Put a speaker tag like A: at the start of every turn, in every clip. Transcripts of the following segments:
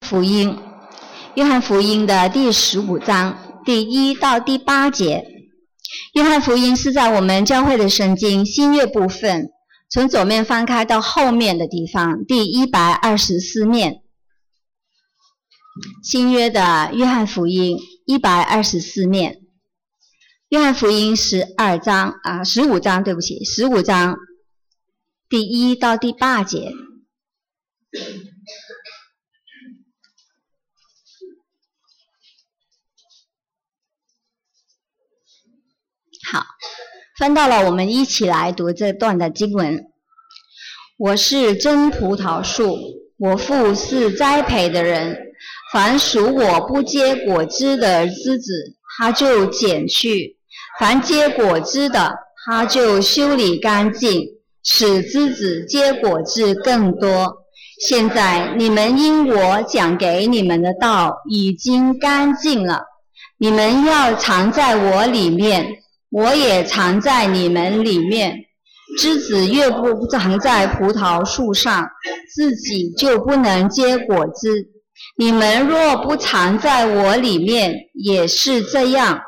A: 福音》，约翰福音的第十五章第一到第八节。约翰福音是在我们教会的圣经新月部分，从左面翻开到后面的地方，第一百二十四面。新约的约翰福音一百二十四面，约翰福音十二章啊，十五章，对不起，十五章第一到第八节。好，翻到了，我们一起来读这段的经文。我是真葡萄树，我父是栽培的人。凡属我不结果子的枝子，他就剪去；凡结果子的，他就修理干净，使枝子结果子更多。现在你们因我讲给你们的道已经干净了，你们要藏在我里面，我也藏在你们里面。枝子越不藏在葡萄树上，自己就不能结果子。你们若不藏在我里面，也是这样。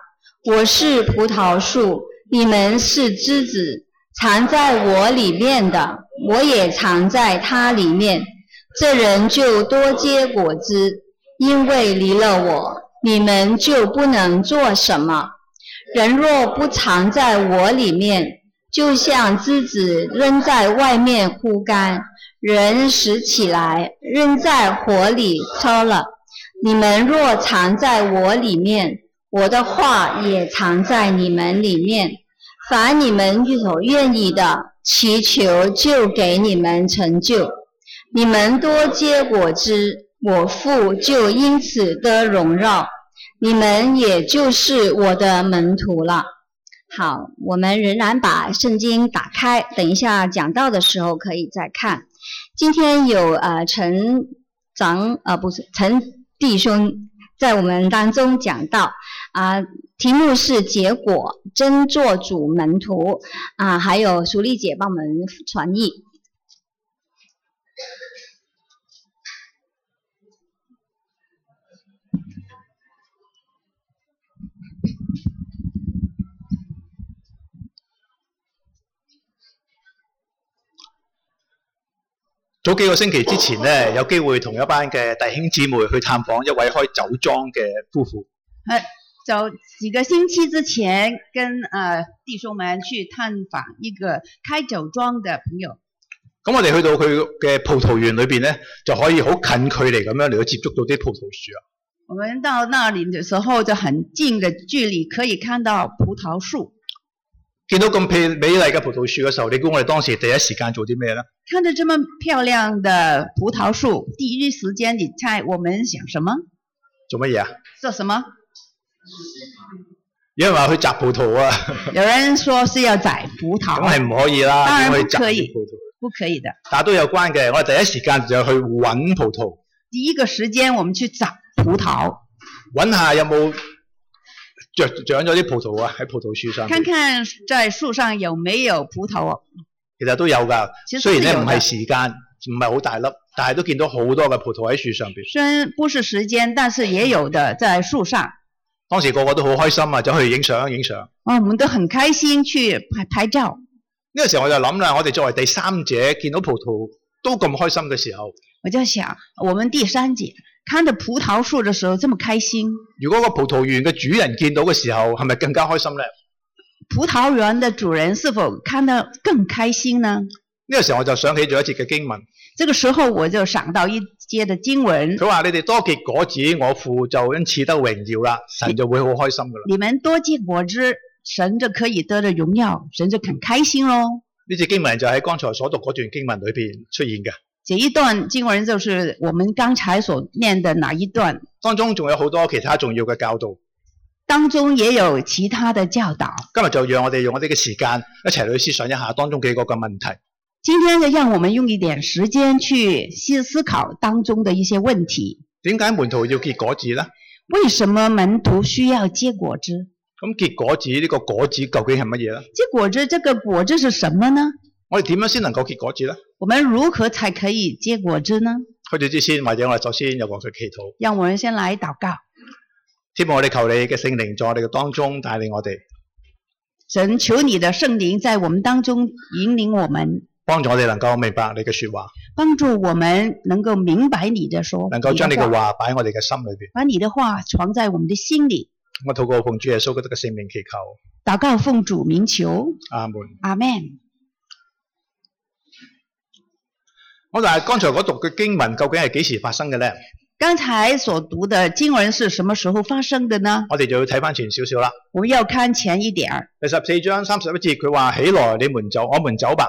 A: 我是葡萄树，你们是枝子。藏在我里面的，我也藏在它里面。这人就多结果子，因为离了我，你们就不能做什么。人若不藏在我里面，就像枝子扔在外面枯干，人拾起来扔在火里烧了。你们若藏在我里面，我的话也藏在你们里面。凡你们所愿意的，祈求就给你们成就。你们多结果子，我父就因此得荣耀。你们也就是我的门徒了。好，我们仍然把圣经打开，等一下讲到的时候可以再看。今天有呃陈长呃不是陈弟兄在我们当中讲到啊、题目是结果真做主门徒啊、还有淑丽姐帮我们传译。
B: 早幾個星期之前咧，有機會同一班嘅弟兄姊妹去探訪一位開酒莊嘅夫婦。
C: 早几个星期之前，跟呃弟兄们去探访一个开酒庄的朋友，
B: 咁我哋去到佢嘅葡萄園裏邊咧，就可以好近距離咁樣嚟到接觸到啲葡萄樹啊。
C: 我们到那里的时候就很近的距离可以看到葡萄树。
B: 見到咁美美麗嘅葡萄樹嘅時候，你估我哋當時第一時間做啲咩咧？
C: 看着这么漂亮的葡萄树，第一时间你猜我们想什么？
B: 做乜嘢啊？
C: 做什么？
B: 有人話去摘葡萄啊，
C: 有人说是要摘葡
B: 咁係
C: 萄，
B: 唔可以啦，
C: 啊當
B: 點可以
C: 然不
B: 摘
C: 可以
B: 葡萄？
C: 不可以的。
B: 但係都有關嘅，我哋第一時間就去揾葡萄，
C: 第一个时间我们去找葡萄，
B: 揾下有冇着長咗啲葡萄啊喺葡萄樹上面。
C: 看看在树上有没有葡萄。
B: 其實都有㗎。
C: 其實都
B: 雖
C: 有㗎
B: 然咧唔係時間，唔係好大粒，但係都見到好多嘅葡萄喺樹上邊。
C: 虽然不是时间，但是也有的在树上。
B: 當時個個都好開心啊，走去影相影相。
C: 啊，我们都很开心去拍拍照。
B: 呢、個時候我就諗啦，我哋作為第三者見到葡萄都咁開心嘅時候，
C: 我就想，我们第三节看着葡萄树的时候这么开心，
B: 如果個葡萄園嘅主人見到嘅時候，係咪更加開心咧？
C: 葡萄园的主人是否看得更开心呢？
B: 呢、個時候我就想起咗一節嘅經文，
C: 这个时候我就想到一节的经文：
B: 佢話：你哋多結果子，我父就因此得榮耀啦，神就會好開心噶啦。
C: 你们多结果子，神就可以得着荣耀，神就很开心喽。
B: 呢節經文就喺剛才所讀嗰段經文裏邊出現嘅，
C: 这一段经文就是我们刚才所念的哪一段，
B: 當中仲有好多其他重要嘅教導。
C: 当中也有其他的教导。
B: 今日就讓我哋用我哋嘅時間一齊去思想一下當中幾個嘅問題。
C: 今天呢，让我们用一点时间去思思考当中的一些问题。
B: 點解門徒要結果子呢？
C: 为什么门徒需要结果子？
B: 咁結果子呢、個果子究竟係乜嘢呢？
C: 结果子这个果子是什么呢？
B: 我哋點樣先能夠結果子呢？
C: 我们如何才可以结果子呢？
B: 開始之前，或者我哋首先有個嘅祈禱，
C: 让我们先来祷告。
B: 天父，我哋求你嘅聖靈在我哋嘅當中帶領我哋，
C: 神，求你的圣灵在我们当中引领我们，
B: 幫助我哋能夠明白你嘅说話，
C: 帮助我们能够明白你的说，
B: 能夠將你
C: 你的
B: 嘅
C: 话，
B: 話擺喺我哋嘅心裏边。
C: 把你的话藏在我们的心里。
B: 我透過奉主耶穌基督嘅聖名祈求，
C: 祷告奉主名求，
B: 阿門。
C: 阿门。
B: 我但係剛才嗰讀嘅經文究竟係幾時發生嘅咧？
C: 刚才所读的经文是什么时候发生的呢？
B: 我哋就要睇翻前少少啦。
C: 我们要看前一点儿，
B: 第十四章三十一節，佢話：起來，你們走，我們走吧。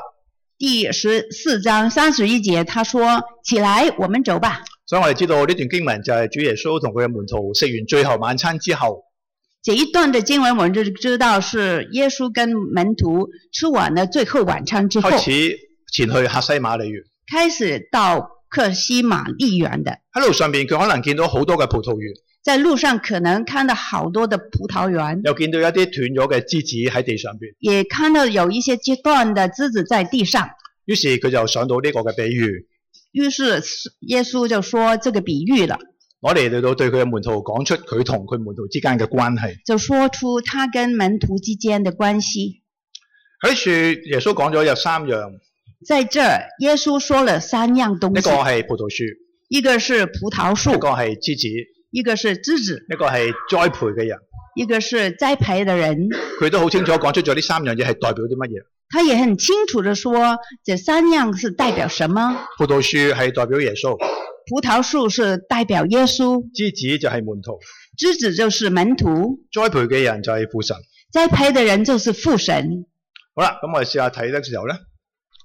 C: 第十四章三十一节，他说：“起来，我们走吧。
B: 所以我哋知道呢段經文就係主耶穌同佢嘅門徒食完最後晚餐之後，”
C: 这一段的经文，我们就知道是耶稣跟门徒吃完了最后晚餐之后，
B: 開始前去客西馬利園。
C: 开始到克西马利园的。
B: 喺路上邊，佢可能見到好多嘅葡萄園，
C: 在路上可能看到好多的葡萄园，
B: 又見到一啲斷咗嘅枝子喺地上邊。
C: 也看到有一些枝断的枝子在地上。
B: 於是佢就想到呢個嘅比喻，
C: 于是耶稣就说这个比喻了，
B: 攞嚟嚟到對佢嘅門徒講出佢同佢門徒之間嘅關係。
C: 就说出他跟门徒之间的关系。
B: 喺呢處耶穌講咗有三樣，
C: 在这儿，耶稣说了三样东
B: 一
C: 西
B: 個，係葡萄樹，
C: 一个是葡萄
B: 一
C: 树，
B: 個係枝子。
C: 一个是枝子，
B: 一個係栽培嘅人，
C: 一个是栽培的人。
B: 佢都好清楚講出咗呢三樣嘢係代表啲乜嘢。
C: 他也很清楚的说，这三样是代表什么？
B: 葡萄樹係代表耶穌，
C: 葡萄树是代表耶稣，
B: 枝子就係門徒，
C: 枝子就是门徒，
B: 栽培嘅人就係父神。
C: 栽培的人就是父神。
B: 好啦，咁我哋試下睇嘅時候咧，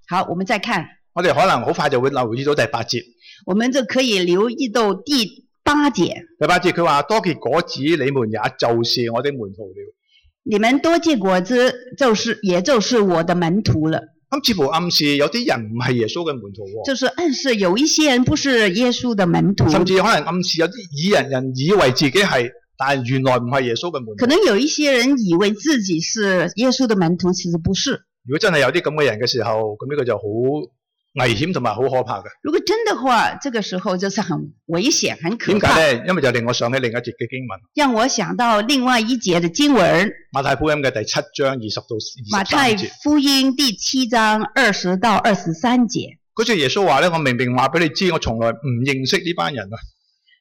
C: 好，我们再看，
B: 我哋可能好快就會留意到第八節。
C: 我们就可以留意到第八节：
B: 第八節佢話：多結果子，你們也就是我的門徒了。
C: 你们多结果子，就是也就是我的门徒了。
B: 咁似乎暗示有啲人唔係耶穌嘅門徒喎，
C: 就是暗示有一些人不是耶稣的门徒，
B: 甚至可能暗示有啲以人人以為自己係，但係原來唔係耶穌嘅門
C: 可
B: 徒。
C: 能有一些人以为自己是耶稣的门徒，其实不是。
B: 如果真係有啲咁嘅人嘅時候，咁呢個就好危險同埋好可怕嘅。
C: 如果真的话，这个时候就是很危险、很可
B: 點
C: 怕。
B: 解咧？因為就令我想起另一節嘅經文。
C: 让我想到另外一节的经文，《
B: 马太福音嘅第七章二十到二
C: 马
B: 十三
C: 太
B: 节，
C: 福音》第七章二十到二十三节。
B: 嗰次耶穌話咧：我明明話俾你知，我從來唔認識呢班人啊！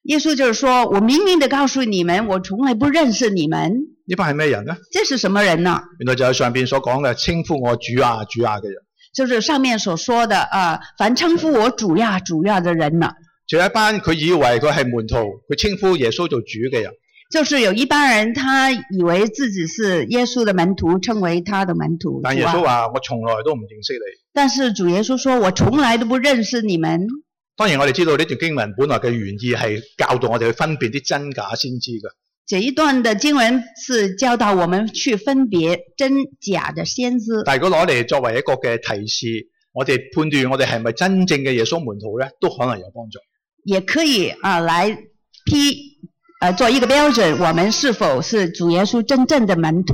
C: 耶稣就是说：“我明明的告诉你们，我从来不认识你们，
B: 呢班係咩人咧？
C: 这是什么人呢？
B: 原來就係上邊所講嘅稱呼我主啊主啊嘅人，
C: 就是上面所说的啊，凡称呼我主呀主呀的人呢，
B: 仲有一班佢以為佢係門徒，佢稱呼耶穌做主嘅人。
C: 就是有一帮人他以为自己是耶稣的门徒，称为他的门徒。
B: 但
C: 主
B: 耶
C: 啊
B: 穌話：我從來都唔認識你。
C: 但是主耶稣说：我从来都不认识你们。
B: 當然我哋知道呢段經文本來嘅原意係教導我哋去分辨啲真假先知嘅。
C: 这一段的经文是教导我们去分别真假的先知，
B: 但係如果攞嚟作為一個嘅提示，我哋判斷我哋係咪真正嘅耶穌門徒咧，都可能有幫助。
C: 也可以啊来批呃做一个标准，我们是否是主耶稣真正的门徒。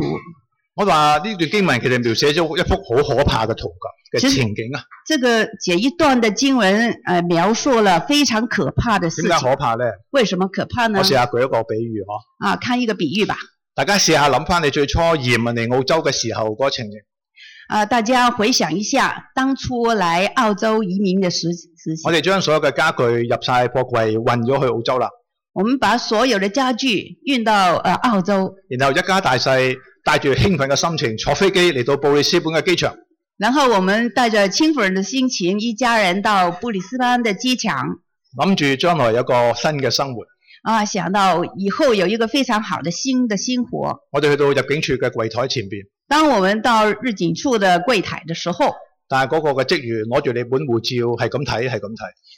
B: 我話呢段經文其實描寫咗一幅好可怕嘅圖嘅嘅
C: 其實
B: 情景啊！
C: 这个这一段的经文呃描述了非常可怕的事
B: 點解
C: 情，
B: 可怕咧？
C: 为什么可怕呢
B: 我？試下舉一個比喻呵，
C: 啊，看一个比喻吧。
B: 大家試下諗翻你最初移民嚟澳洲嘅時候嗰個情形，
C: 啊，大家回想一下当初来澳洲移民的时时期，
B: 我哋將所有嘅家具入晒貨櫃運咗去澳洲啦，
C: 我们把所有的家具运到呃澳洲，
B: 然後一家大細帶住興奮嘅心情坐飛機嚟到布里斯本嘅機場，
C: 然后我们带着清楚人的心情，一家人到布里斯班的机场
B: 諗住將來有個新嘅生活。
C: 啊，想到以后有一个非常好的新的生活。
B: 我哋去到入境處嘅櫃台前邊，
C: 当我们到入境处的柜台的时候，
B: 但係嗰個嘅職員攞住你本護照係咁睇係咁睇，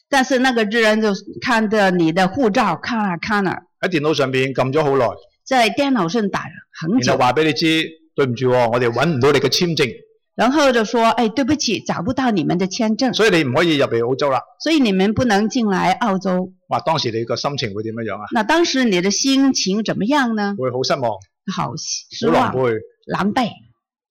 C: 但是那个职人就看着你的护照看啊看啊，
B: 喺電腦上邊撳咗好耐，
C: 在电脑上打很
B: 然後
C: 久，
B: 話俾你知對唔住喎，我哋揾唔到你嘅簽證。
C: 然后就说：“哎，对不起，找不到你们的签证，
B: 所以你唔可以入嚟澳洲啦。
C: 所以你们不能进来澳洲。
B: 哇！當時你個心情會點樣樣啊”？
C: 那当时你的心情怎么样呢？
B: 會好失望，好
C: 好失
B: 狼
C: 望、
B: 狽，
C: 狼狈，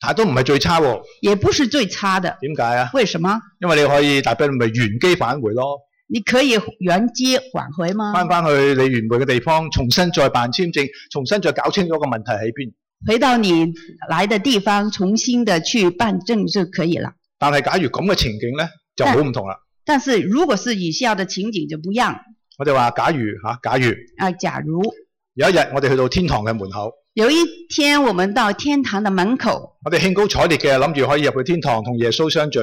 B: 但係都唔係最差喎。
C: 也不是最差的。
B: 點解啊？
C: 为什么？
B: 因為你可以大不了咪原機返回咯。
C: 你可以原机返回吗？
B: 翻翻去你原本嘅地方，重新再辦簽證，重新再搞清楚個問題喺邊。
C: 回到你来的地方，重新的去办证就可以了。
B: 但係假如咁嘅情景咧，就好唔 同啦。
C: 但是如果是以下的情景就不一样
B: 我哋話假如嚇、假如
C: 啊。假如
B: 有一日我哋去到天堂嘅門口，
C: 有一天我们到天堂的门口，
B: 我哋興高采烈嘅諗住可以入去天堂同耶穌相聚，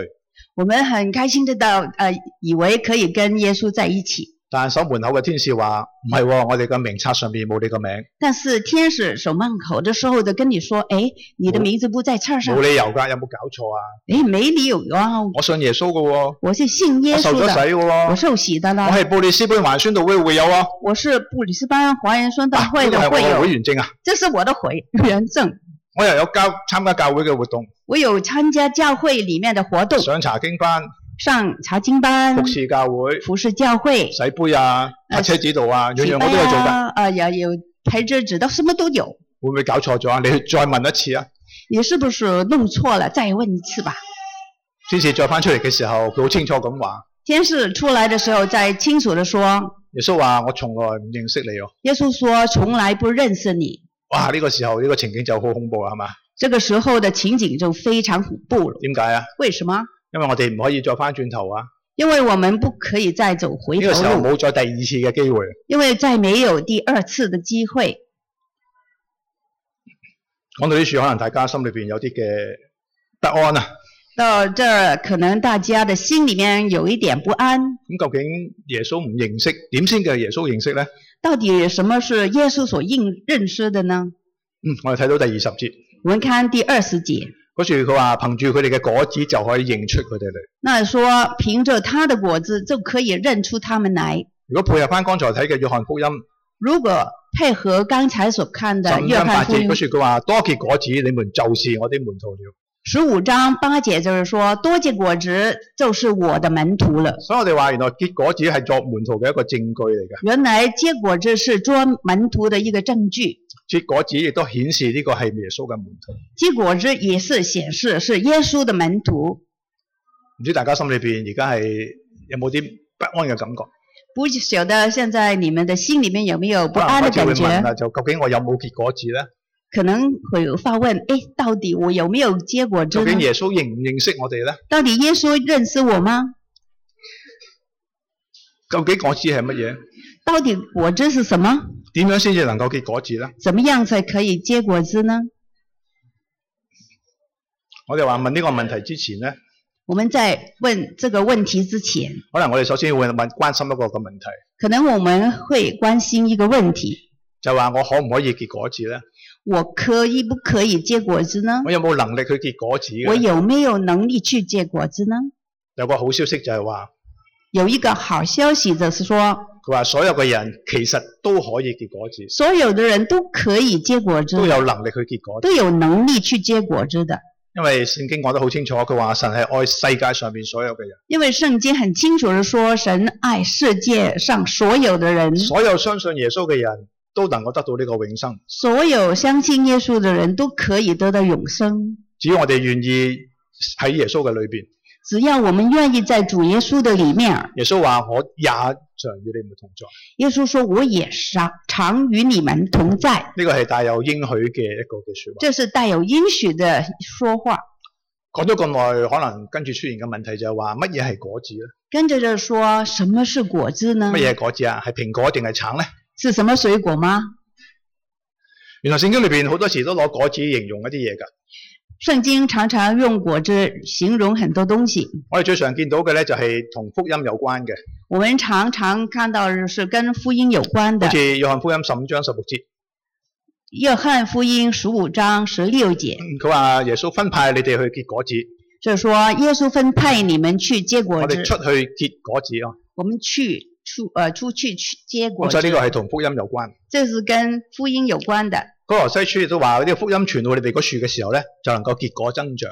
C: 我们很开心的到呃，以为可以跟耶稣在一起，
B: 但係守門口嘅天使話唔係喎，我哋嘅名冊上面冇你個名，
C: 但是天使守门口的时候就跟你说，哎，你的
B: 我
C: 名字不在册上
B: 冇，理由㗎，有冇搞錯啊？
C: 哎，没理由啊，
B: 我信耶穌嘅喎，
C: 我是信耶
B: 我受
C: 稣
B: 咗洗
C: 的，
B: 嘅
C: 我啊
B: 喎，
C: 受洗的呢
B: 我，係布里斯本環宣道會會友啊，
C: 我是布里斯班华人宣道
B: 啊
C: 会
B: 呢個
C: 的
B: 係我
C: 会
B: 嘅會
C: 友，
B: 員證啊，
C: 这是我的回原证。
B: 我又有交參加教會嘅活動，
C: 我有参加教会里面的活动，
B: 上查經班、
C: 上查经班、
B: 服侍教會、
C: 服侍教会、
B: 洗杯啊、
C: 啊
B: 拍車指導啊，樣
C: 洗
B: 樣
C: 杯
B: 我都有做㗎。
C: 啊，啊，也有陪着指导，什么都有。
B: 會唔會搞錯咗啊？你去再問一次啊！
C: 你是不是弄错了？再问一次吧。
B: 天使再翻出嚟嘅時候，佢好清楚咁話：
C: 天使出来的时候，再清楚的说，
B: 耶穌話：我從來唔認識你哦。
C: 耶稣说从来不认识你。
B: 哇！呢、個時候呢、個情景就好恐怖啦，係嘛？
C: 这个时候的情景就非常恐怖了。
B: 點解啊？
C: 为什么？
B: 因為我哋唔可以再翻轉頭啊！
C: 因为我们不可以再走回
B: 呢、個時候
C: 头路，
B: 冇再第二次嘅機會。
C: 因为再没有第二次的机会。
B: 講到呢處，可能大家心裏邊有啲嘅不安啊。
C: 到这儿，可能大家的心里面有一点不安，
B: 咁究竟耶穌唔認識點先叫耶穌認識呢？
C: 到底什么是耶稣所应认识的呢？
B: 嗯，我哋睇到第二十節
C: 我们看第二十节，
B: 嗰處，佢話憑住佢哋嘅果子就可以認出佢哋嚟。
C: 那说凭着他的果子就可以认出他们来。
B: 如果配合翻剛才睇嘅約翰福音
C: 如果配合刚才所看
B: 十
C: 的
B: 五
C: 约
B: 章八
C: 翰福
B: 節
C: 音
B: 嗰處，佢話多結果子，你們就是我的門徒了。
C: 十五章八节，就是说多结果子就是我的门徒了。
B: 所以我哋話原來結果子係作門徒嘅一個證據嚟嘅，
C: 原来结果子是捉门徒的一个证据，
B: 結果子亦都顯示呢個係耶穌嘅門徒。
C: 结果子也是显示是耶稣的门徒。
B: 唔知大家心裏邊而家係有冇啲不安嘅感覺？
C: 不晓得现在你们的心里面有没有不
B: 可能
C: 安的
B: 開始會
C: 感
B: 問
C: 觉？
B: 啦，就究啊竟我有冇結果子呢？
C: 可能会有发问：哎，到底我有没有结果子
B: 究
C: 呢
B: 竟？耶穌認唔認識我哋呢？
C: 到底耶稣认识我吗？
B: 究竟果子係乜嘢？
C: 到底果子是什么？
B: 點樣先至能夠結果子呢？
C: 怎么样才可以结果子呢？
B: 我哋話問呢個問題之前呢，
C: 我们在问这个问题之前，
B: 可能我哋首先會問關心一個嘅問題，
C: 可能我们会关心一个问题：
B: 就話我可唔可以結果子呢？
C: 啊我可以不可以结果子呢？
B: 我有冇能力去結果子
C: 我
B: 嘅呢？
C: 有没有能力去结果子呢？
B: 有個好消息就係話，
C: 有一个好消息就是说，
B: 佢話所有嘅人其實都可以結果子。
C: 所有的人都可以结果子
B: 都，有能力去結果，
C: 都有能力去结果子的。
B: 因為聖經講得好清楚，佢話神係愛世界上面所有嘅人，
C: 因为圣经很清楚的说，神爱世界上所有的人，
B: 所有相信耶穌嘅人都能夠得到呢個永生，
C: 所有相信耶稣的人都可以得到永生。
B: 只要我哋願意喺耶穌嘅裏邊。
C: 只要我们愿意在主耶稣的里面，
B: 耶穌話：我也常與你們同在。
C: 耶穌说：“我也常常與你們同在。
B: 呢個係帶有應許嘅一個嘅説”話。
C: 这是带有应许的说话。
B: 講咗咁耐，可能跟住出現嘅問題就係話乜嘢係果子咧？
C: 跟着就说什么是果子呢？
B: 乜嘢係果子啊？係蘋果定係橙咧？
C: 是什么水果吗？
B: 原來聖經裏邊好多時都攞果子形容一啲嘢㗎。
C: 圣经常常用果子形容很多东西。
B: 我哋最常見到嘅咧就係同福音有關嘅，
C: 我们常常看到的是跟福音有关的
B: 好，似約翰福音十五章十六節。
C: 约翰福音十五章十六节，
B: 嗯佢話：耶穌分派你哋去結果子，
C: 这说耶稣分派你们去结果
B: 我
C: 子
B: 哋，出去結果子啊。
C: 我们去出呃出去去结果
B: 咁所以呢
C: 子，
B: 個係同福音有關。
C: 这是跟福音有关的。
B: 哥羅西書亦都話：呢個福音傳到你哋嗰樹嘅時候咧，就能夠結果增長。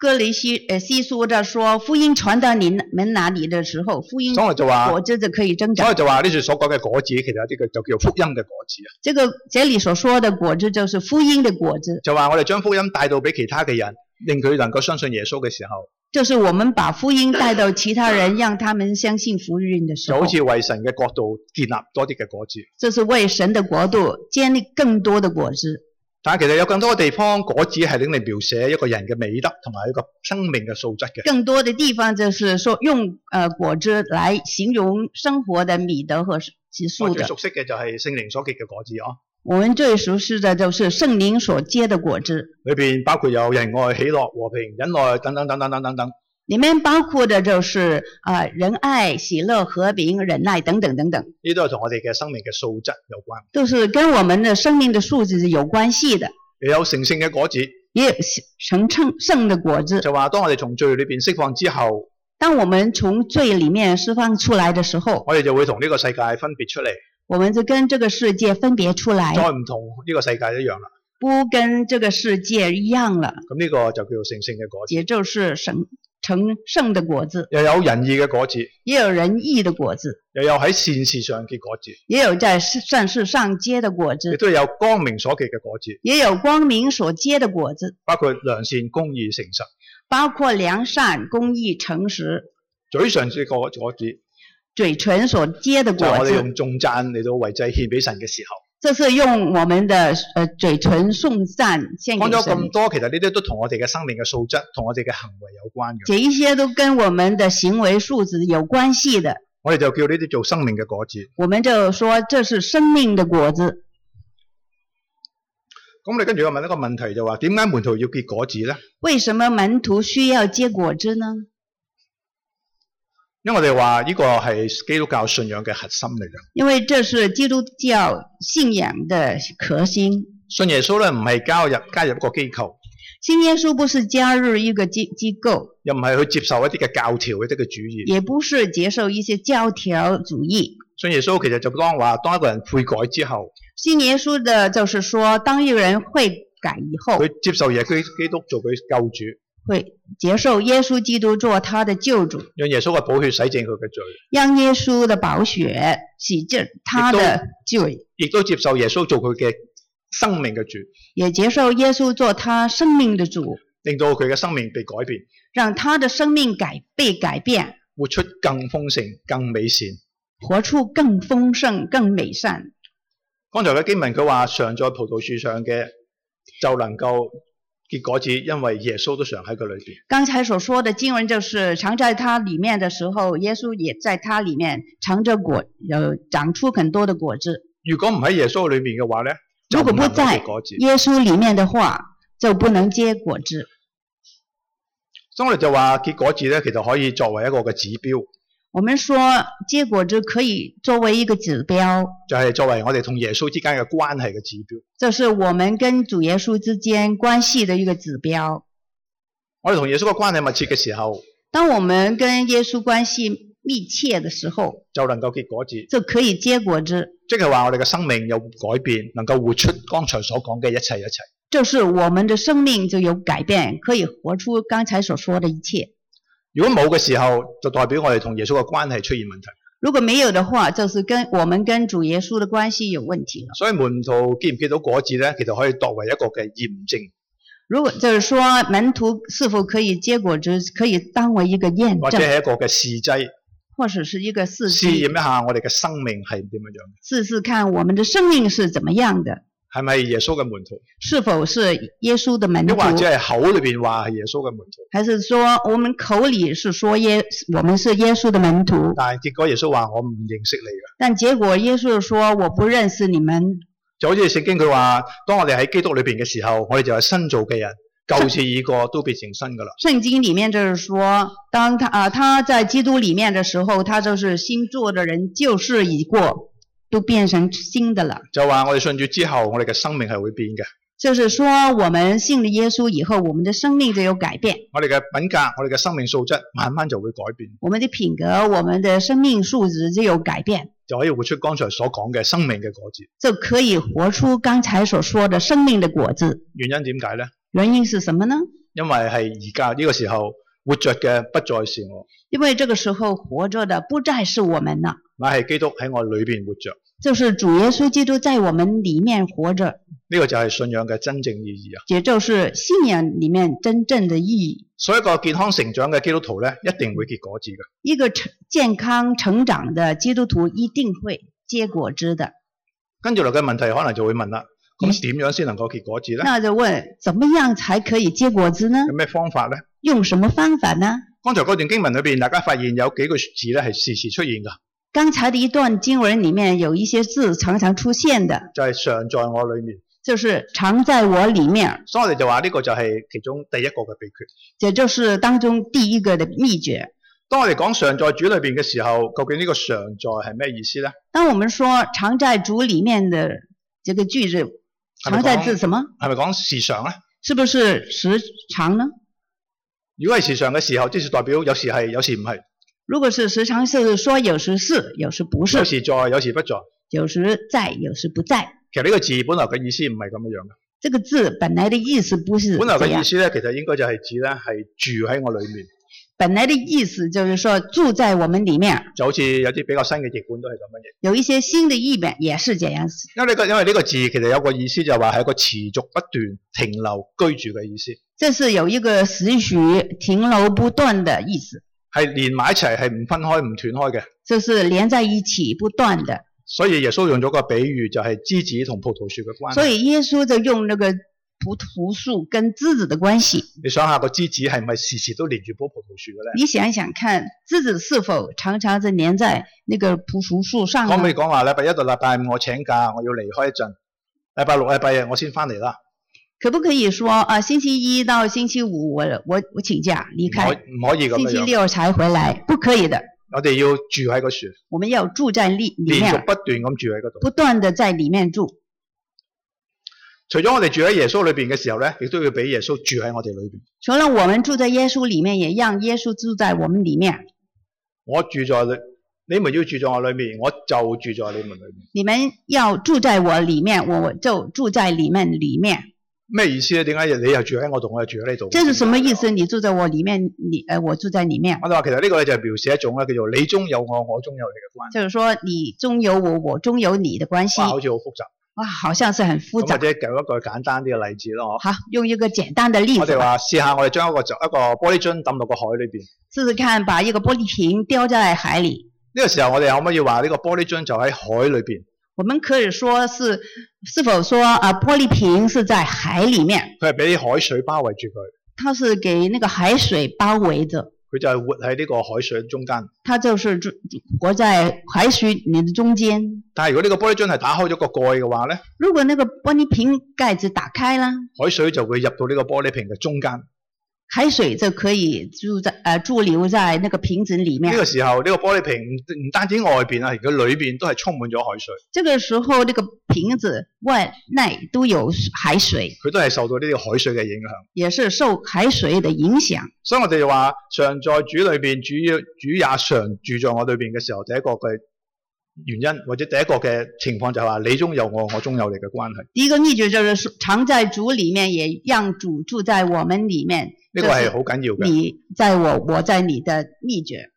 C: 哥林西呃西书这说，福音传到你们哪里的时候，福音
B: 所以我就話
C: 果，子就可以增
B: 所以
C: 长。
B: 就話呢處所講嘅果子，其實有啲嘅就叫福音嘅果子啊。
C: 这个这里所说的果子就是福音的果子，
B: 就話我哋將福音帶到俾其他嘅人，令佢能夠相信耶穌嘅時候，
C: 就是我们把福音带到其他人，让他们相信福音的时
B: 就
C: 候
B: 好，似為神嘅角度建立多啲嘅果子。
C: 这是为神的国度建立更多的果子。
B: 但係其實有更多嘅地方，果子係令你描寫一個人嘅美德同埋一個生命嘅素質嘅。
C: 更多的地方就是说用呃果子来形容生活的美德和其
B: 我
C: 素
B: 最
C: 的。
B: 熟悉嘅哦就係聖靈所結嘅果子哦，
C: 我们最熟悉的就是圣灵所结的果子，
B: 裏邊包括有仁愛、喜樂、和平、忍耐等等等等等等等。
C: 里面包括的就是呃仁爱、喜乐、和平、忍耐等等等等，
B: 呢都係同我哋嘅生命嘅素質有關。
C: 都是跟我们的生命的素质是有关系的。
B: 又有成聖嘅果子，
C: 也有成圣圣的果子。
B: 就話當我哋從罪裏邊釋放之後，
C: 当我们从罪里面释放出来的时候，
B: 我哋就會同呢個世界分別出嚟，
C: 我们就跟这个世界分别出
B: 再
C: 来，
B: 唔同呢個世界一樣啦。
C: 不跟这个世界一样了，
B: 咁呢個就叫做成聖嘅果子，
C: 也就是成成圣的果子，
B: 又有仁義嘅果子，
C: 也有仁义的果子，
B: 又有喺善事上結果子，
C: 也有在善事上结的果
B: 亦
C: 子，
B: 都有光明所結嘅果子，
C: 也有光明所结的果子，
B: 包括良善、公義、誠實。
C: 包括良善、公义、诚实、
B: 嘴上嘅果果子，
C: 嘴唇所结的
B: 就係
C: 果
B: 我哋
C: 子。
B: 用重讚嚟到為祭獻俾神嘅時候。
C: 这是用我们的呃嘴唇送赞献
B: 講
C: 给
B: 咗
C: 神
B: 咁。多，其實呢啲都同我哋嘅生命嘅素質，同我哋嘅行為有關嘅。
C: 这一些都跟我们的行为素质有关系的，
B: 我哋就叫呢啲做生命嘅果子。
C: 我们就说这是生命的果子。
B: 咁你跟住我問一個問題就話：點解門徒要結果子咧？
C: 为什么门徒需要结果子呢？
B: 因為我哋話呢個係基督教信仰嘅核心嚟嘅。
C: 因为这是基督教信仰的核心。
B: 信耶穌咧，唔係加入加入一個機構，
C: 信耶稣不是加入一个机机构，
B: 又唔係去接受一啲嘅教條、一啲嘅主義。
C: 也不是接受一些教条主义。
B: 信耶穌其實就當話，當一個人悔改之後，
C: 信耶稣的就是说，当一个人悔改以后，
B: 佢接受耶穌基督做佢救主，
C: 会接受耶稣基督做他的救主，
B: 讓耶穌嘅寶血洗淨佢嘅罪，
C: 让耶稣的宝血洗净他的罪。
B: 亦都接受耶穌做佢嘅生命嘅主，
C: 也接受耶稣做他生命的主，
B: 令到佢嘅生命被改變，
C: 让他的生命改被改变，
B: 活出更豐盛、更美善。
C: 活出更丰盛、更美善。
B: 剛才嘅經文佢話：常在葡萄樹上嘅就能夠結果子，因為耶穌都常喺佢裏邊。
C: 刚才所说的经文就是藏在它里面的时候，耶稣也在它里面藏着果，有长出很多的果子。
B: 如果唔喺耶穌裏面嘅話咧，就
C: 如果
B: 唔能
C: 不
B: 夠
C: 在
B: 結果子。
C: 耶穌里面的话，就不能结果子。
B: 所以我哋就話結果子咧，其實可以作為一個嘅指標，
C: 我们说结果子可以作为一个指标，
B: 就係、作為我哋同耶穌之間嘅關係嘅指標。
C: 这是我们跟主耶稣之间关系的一个指标。
B: 我哋同耶穌嘅關係密切嘅時候，
C: 当我们跟耶稣关系密切的时候，
B: 就能夠結果子，
C: 就可以结果子，
B: 即係話我哋嘅生命有改變，能夠活出剛才所講嘅一切一切。
C: 就是我们的生命就有改变，可以活出刚才所说的一切。
B: 如果冇嘅時候，就代表我哋同耶穌嘅關係出現問題。
C: 如果没有的话，就是跟我们跟主耶稣的关系有问题了。
B: 所以門徒結唔結到果子咧，其實可以作為一個嘅驗證。
C: 如果就是说门徒是否可以结果子，可以当为一个验
B: 或者
C: 证，
B: 係一個嘅試劑，
C: 或者是一个试
B: 試驗
C: 剂，
B: 一下我哋嘅生命係點樣樣，
C: 试试看我们的生命是怎么样的，
B: 係咪耶穌嘅門徒，
C: 是否是耶稣的门
B: 亦
C: 徒，
B: 或者係口裏邊話係耶穌嘅門徒，
C: 还是说我们口里是说耶，我们是耶稣的门徒。
B: 但係結果耶穌話我唔認識你嘅，
C: 但结果耶稣说：“我不认识你们。
B: 就好似聖經佢話，當我哋喺基督裏邊嘅時候，我哋就係新造嘅人，舊事已過，都變成新噶啦。”
C: 圣经里面就是说，当他啊、他在基督里面的时候，他就是新做的人，旧事已过，都变成新的了。
B: 就話我哋信主之後，我哋嘅生命係會變嘅，
C: 就是说，我们信了耶稣以后，我们的生命就有改变，
B: 我哋嘅品格、我哋嘅生命素質慢慢就會改變，
C: 我们的品格、我们的生命素质就有改变，
B: 就可以活出剛才所講嘅生命嘅果子。
C: 就可以活出刚才所说的生命的果子。
B: 原因點解呢？
C: 原因是什么呢？
B: 因為係而家呢個時候活着嘅不再是我，
C: 因为这个时候活着的不再是我们了，
B: 乃係基督喺我裏邊活着。
C: 就是主耶稣基督在我们里面活着，
B: 呢個就係信仰嘅真正意義啊！
C: 也就是信仰里面真正的意义。
B: 所以一個健康成長嘅基督徒咧，一定會結果子嘅。
C: 一个成健康成长的基督徒一定会结果子的。
B: 跟住落嘅問題可能就會問啦，咁
C: 嗯
B: 點樣先能夠結果子咧？
C: 那就问，怎么样才可以结果子呢？
B: 有咩方法咧？
C: 用什么方法呢？
B: 剛才嗰段經文裏邊，大家發現有幾句字咧係時時出現㗎，
C: 刚才的一段经文里面有一些字常常出现的，
B: 就係、常在我裏面。
C: 就是常在我里面，
B: 所以我哋就話呢個就係其中第一個嘅秘訣。
C: 也就是当中第一个的秘诀。
B: 當我哋講常在主裏邊嘅時候，究竟呢個常在係咩意思咧？
C: 当我们说常在主里面的这个句子，
B: 他们
C: 常在
B: 说
C: 指什么？
B: 係咪講時常咧？
C: 是不是时常呢？
B: 如果係時常嘅時候，即是代表有時係，有時唔係，
C: 如果是时常，是说有时是，有时不
B: 有
C: 是，
B: 時在，有時不在。
C: 有时在，有时不在。
B: 其實呢個字本來嘅意思唔係咁樣樣嘅，
C: 这个字本来的意思不嗯是啊
B: 本來
C: 这
B: 嘅
C: 样
B: 意，思咧，其實應該就係指咧係住喺我裏面，
C: 本来的意思就是说住在我们里面。
B: 就好似有啲比較新嘅譯本都係咁樣嘅。因
C: 有一些新的译本也是这样子，
B: 為呢、個因為呢個字其實有個意思就係話係一個持續不斷停留居住嘅意思，
C: 这是有一个时许停留不断的意思，
B: 係連埋一齊係唔分開唔斷開嘅。
C: 这是連在一起不断的。
B: 所以耶穌用咗個比喻就係枝子同葡萄樹嘅關係。
C: 所以耶稣就用那个葡萄树跟枝子的关系，
B: 你想下個枝子係咪時時都連住棵葡萄樹嘅咧？
C: 你想一想看，枝子是否常常是粘在那个葡萄树上
B: 可唔可以
C: 呢？
B: 講話禮拜一到禮拜五我請假，我要離開一陣，禮拜六、禮拜日我先翻嚟啦？
C: 可不可以说啊，星期一到星期五我我我请假离
B: 唔可
C: 开，
B: 唔可以咁
C: 星期
B: 樣樣？
C: 六才回来？不可以的，
B: 我哋要住喺個樹，
C: 我们要住在里里
B: 連續
C: 面，
B: 不斷咁住喺嗰度。
C: 不斷的在里面住。
B: 除咗我哋住喺耶穌裏邊嘅時候咧，亦都要俾耶穌住喺我哋裏邊。
C: 除了我们住在耶稣里面，也让耶稣住在我们里面。
B: 我住在裏，你們要住在我裏面，我就住在你們裏面。
C: 你们要住在我里面，我就住在你们里面。
B: 咩意思咧？點解你又住喺我度，我又住喺呢度？
C: 这是什么意思？你住在我里面，你呃，我住在里面，
B: 我哋話其實呢個咧就係描寫一種咧叫做你中有我，我中有你嘅關係。
C: 就是说你中有我，我中有你的关系。
B: 哇，好似好複雜。
C: 哇，好像是很
B: 咁
C: 复
B: 或
C: 杂。
B: 者舉一個簡單啲嘅例子啦，我
C: 好，用一个简单的例
B: 我
C: 子
B: 哋
C: 吧，
B: 話試下，我哋將一個就一個玻璃樽抌落個海裏邊。
C: 试试看，把一个玻璃瓶丢在海里。
B: 呢個時候我哋可唔可以話呢個玻璃樽就喺海裏邊？
C: 我们可以说是，是否说啊，玻璃瓶是在海里面，
B: 佢係俾海水包圍住佢，
C: 它是给那个海水包围着，
B: 佢就係活喺呢個海水中間。
C: 它就是住活在海水里的中间。
B: 但係如果呢個玻璃樽係打開咗個蓋嘅話咧，
C: 如果那个玻璃瓶盖子打开了，
B: 海水就會入到呢個玻璃瓶嘅中間。
C: 海水就可以住在呃驻留在那个瓶子里
B: 呢
C: 面
B: 個。時候呢、個玻璃瓶唔唔單止外邊啊，而佢裏邊都係充滿咗海水，
C: 这个时候，那个瓶子外内都有海水，
B: 佢都係受到呢啲海水嘅影響。
C: 也是受海水的影響。
B: 所以我哋就話常在主裏邊，主要主也常住在我裏邊嘅時候，第一個嘅原因或者第一個嘅情況就係話你中有我，我中有你嘅關係。
C: 第一个秘诀就是说常在主里面，也让主住在我们里面。
B: 呢個係好緊要
C: 这
B: 嘅，
C: 是你在我，我在你的秘诀，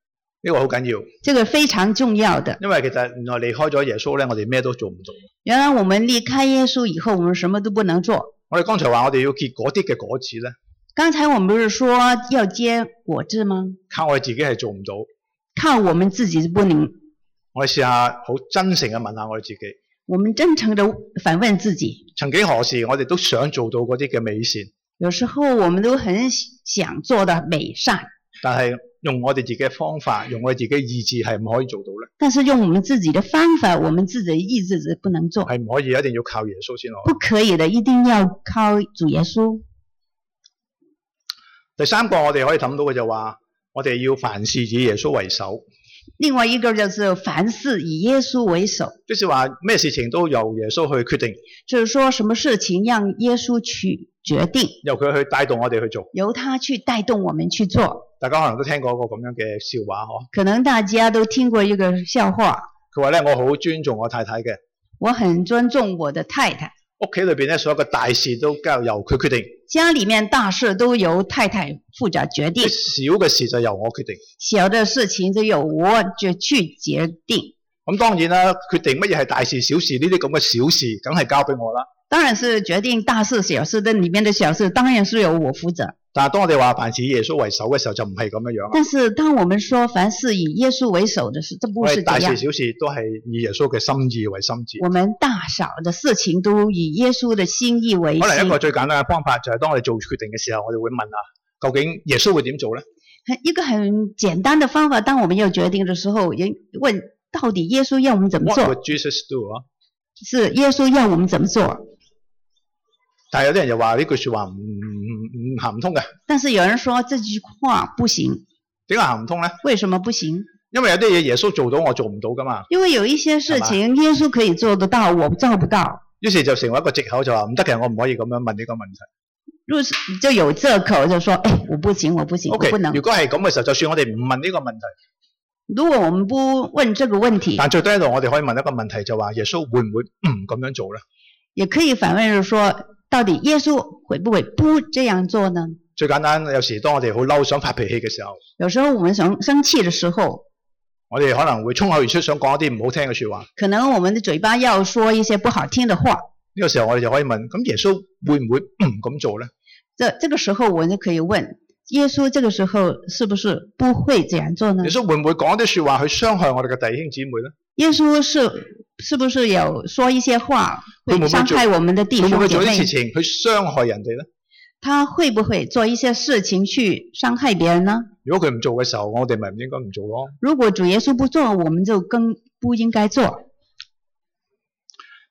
B: 呢個好緊要，
C: 这个非常重要的。
B: 因為其實原來離開咗耶穌咧，我哋咩都做唔到。
C: 原来我们离开耶稣以后，我们什么都不能做。
B: 我哋剛才話我哋要結嗰啲嘅果子咧，
C: 刚才我们不是说要结果子吗？
B: 靠我哋自己係做唔到。
C: 靠我们自己是不能。
B: 我哋試下好真誠嘅問下我哋自己，
C: 我们真诚的反问自己，
B: 曾幾何時我哋都想做到嗰啲嘅美善，
C: 有时候我们都很想做的美善，
B: 但係用我哋自己嘅方法，用我哋自己嘅意志係唔可以做到咧，
C: 但是用我们自己的方法，我们自己的意志是不能做，
B: 係唔可以，一定要靠耶穌先可以。
C: 不可以的，一定要靠主耶稣。
B: 第三個我哋可以諗到嘅就話，我哋要凡事以耶穌為首，
C: 另外一个就是凡事以耶稣为首，
B: 即是話咩事情都由耶穌去決定，
C: 就是说什么事情让耶稣去决定，
B: 由佢去帶動我哋去做。
C: 由他去带动我们去做。
B: 大家可能都聽過一個咁樣嘅笑話呵，
C: 可能大家都听过一个笑话，
B: 佢話咧我好尊重我太太嘅，
C: 我很尊重我的太太，
B: 屋企裏邊咧所有嘅大事都交由佢決定，
C: 家里面大事都由太太负责决定。
B: 小嘅事就由我決定。
C: 小的事情就由我就去决定。
B: 咁當然啦，決定乜嘢係大事小事呢啲咁嘅小事，梗係交俾我啦。
C: 当然是决定大事小事的里面的小事，当然是由我负责。
B: 但係當我哋話凡事以耶穌為首嘅時候，就唔係咁樣啊樣啦。
C: 但是当我们说凡事以耶稣为首的事，这不
B: 我哋
C: 是这
B: 哎大事
C: 样。
B: 小事都係以耶穌嘅心意為心志。
C: 我们大小的事情都以耶稣的心意为
B: 可能一個
C: 心。
B: 最簡單嘅方法就係當我哋做決定嘅時候，我哋會問啊，究竟耶穌會點做呢？
C: 很一个很简单的方法，当我们要决定的时候，人问到底耶稣要我们怎么
B: What
C: 做？
B: would Jesus do 啊？
C: 是耶稣要我们怎么做？
B: 但係有啲人就話呢句説話唔唔唔行唔通嘅，
C: 但是有人说这句话不行，
B: 點解行唔通呢？
C: 为什么不行？
B: 因為有啲嘢耶穌做到我做唔到噶嘛，
C: 因为有一些事情耶稣可以做得到，我做不到。
B: 於是就成為一個藉口，就話唔得嘅，我唔可以咁樣問呢個問題。
C: 若是就有这口就说，哎，我不行，我不行
B: O、k
C: 我不能
B: 如。果係咁嘅時候，就算我哋唔問呢個問題，
C: 如果我们不问这个问题，
B: 但最低度我哋可以問一個問題，就話耶穌會唔會唔咁樣做呢？
C: 也可以反问着说，到底耶稣会不会不这样做呢？
B: 最簡單，有時當我哋好嬲想發脾氣嘅時候，
C: 有时候我们生生气的时候，
B: 我哋可能會衝口而出想講一啲唔好聽嘅説話。呢、
C: 可能我们的嘴巴要说一些不好听的话，
B: 個時候我哋就可以問：咁耶穌會唔會唔咁做呢？
C: 这这个时候我们就可以问耶稣，这个时候是不是不会这样做呢
B: 耶？穌會唔會講一啲説話去傷害我哋嘅弟兄姊妹呢？
C: 耶稣是是不是有说一些话
B: 会不
C: 会
B: 会
C: 伤
B: 做
C: 害我们的弟
B: 佢會唔
C: 嗯兄
B: 會
C: 姐
B: 做啲
C: 妹
B: 事？情去傷害人哋呢？
C: 他会不会做一些事情去傷害别人呢？
B: 如果佢唔做嘅時候，我哋咪唔應該唔做咯。
C: 如果主耶稣不做，我们就更不应该做。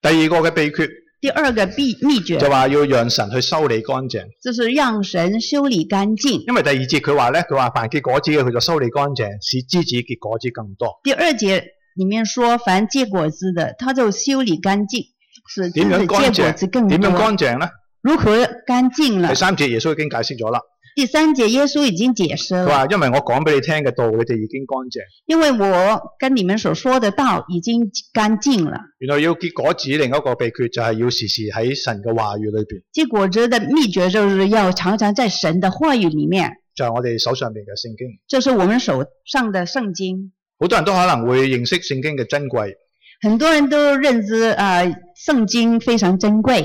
B: 第二個嘅秘訣
C: 第二个秘秘
B: 就
C: 诀
B: 話要讓神去修理乾淨，
C: 就是让神修理干净。
B: 因為第二節佢話咧，佢話凡結果子嘅佢就修理乾淨，使枝子結果子更多。
C: 第二节里面说，凡结果子的，他就修理干净，使自己
B: 点样
C: 的
B: 干
C: 结果
B: 净
C: 子更
B: 點樣
C: 多。
B: 乾淨呢？
C: 如何干净了
B: 第？三節耶穌已經解釋咗啦，
C: 第三节耶稣已经解释
B: 佢
C: 了，
B: 話因為我講俾你聽嘅道，你哋已經乾淨。
C: 因为我跟你们所說的道已經乾淨了。
B: 原來要結果子另一個秘訣就係要時時喺神嘅話語裏邊，
C: 結果子的秘訣就是要常常在神的话語里面，
B: 就係、我哋手上面嘅聖經。
C: 这是我们手上的聖經。
B: 好多人都可能會認識聖經嘅珍貴，
C: 很多人都认知啊、呃聖經非常珍貴，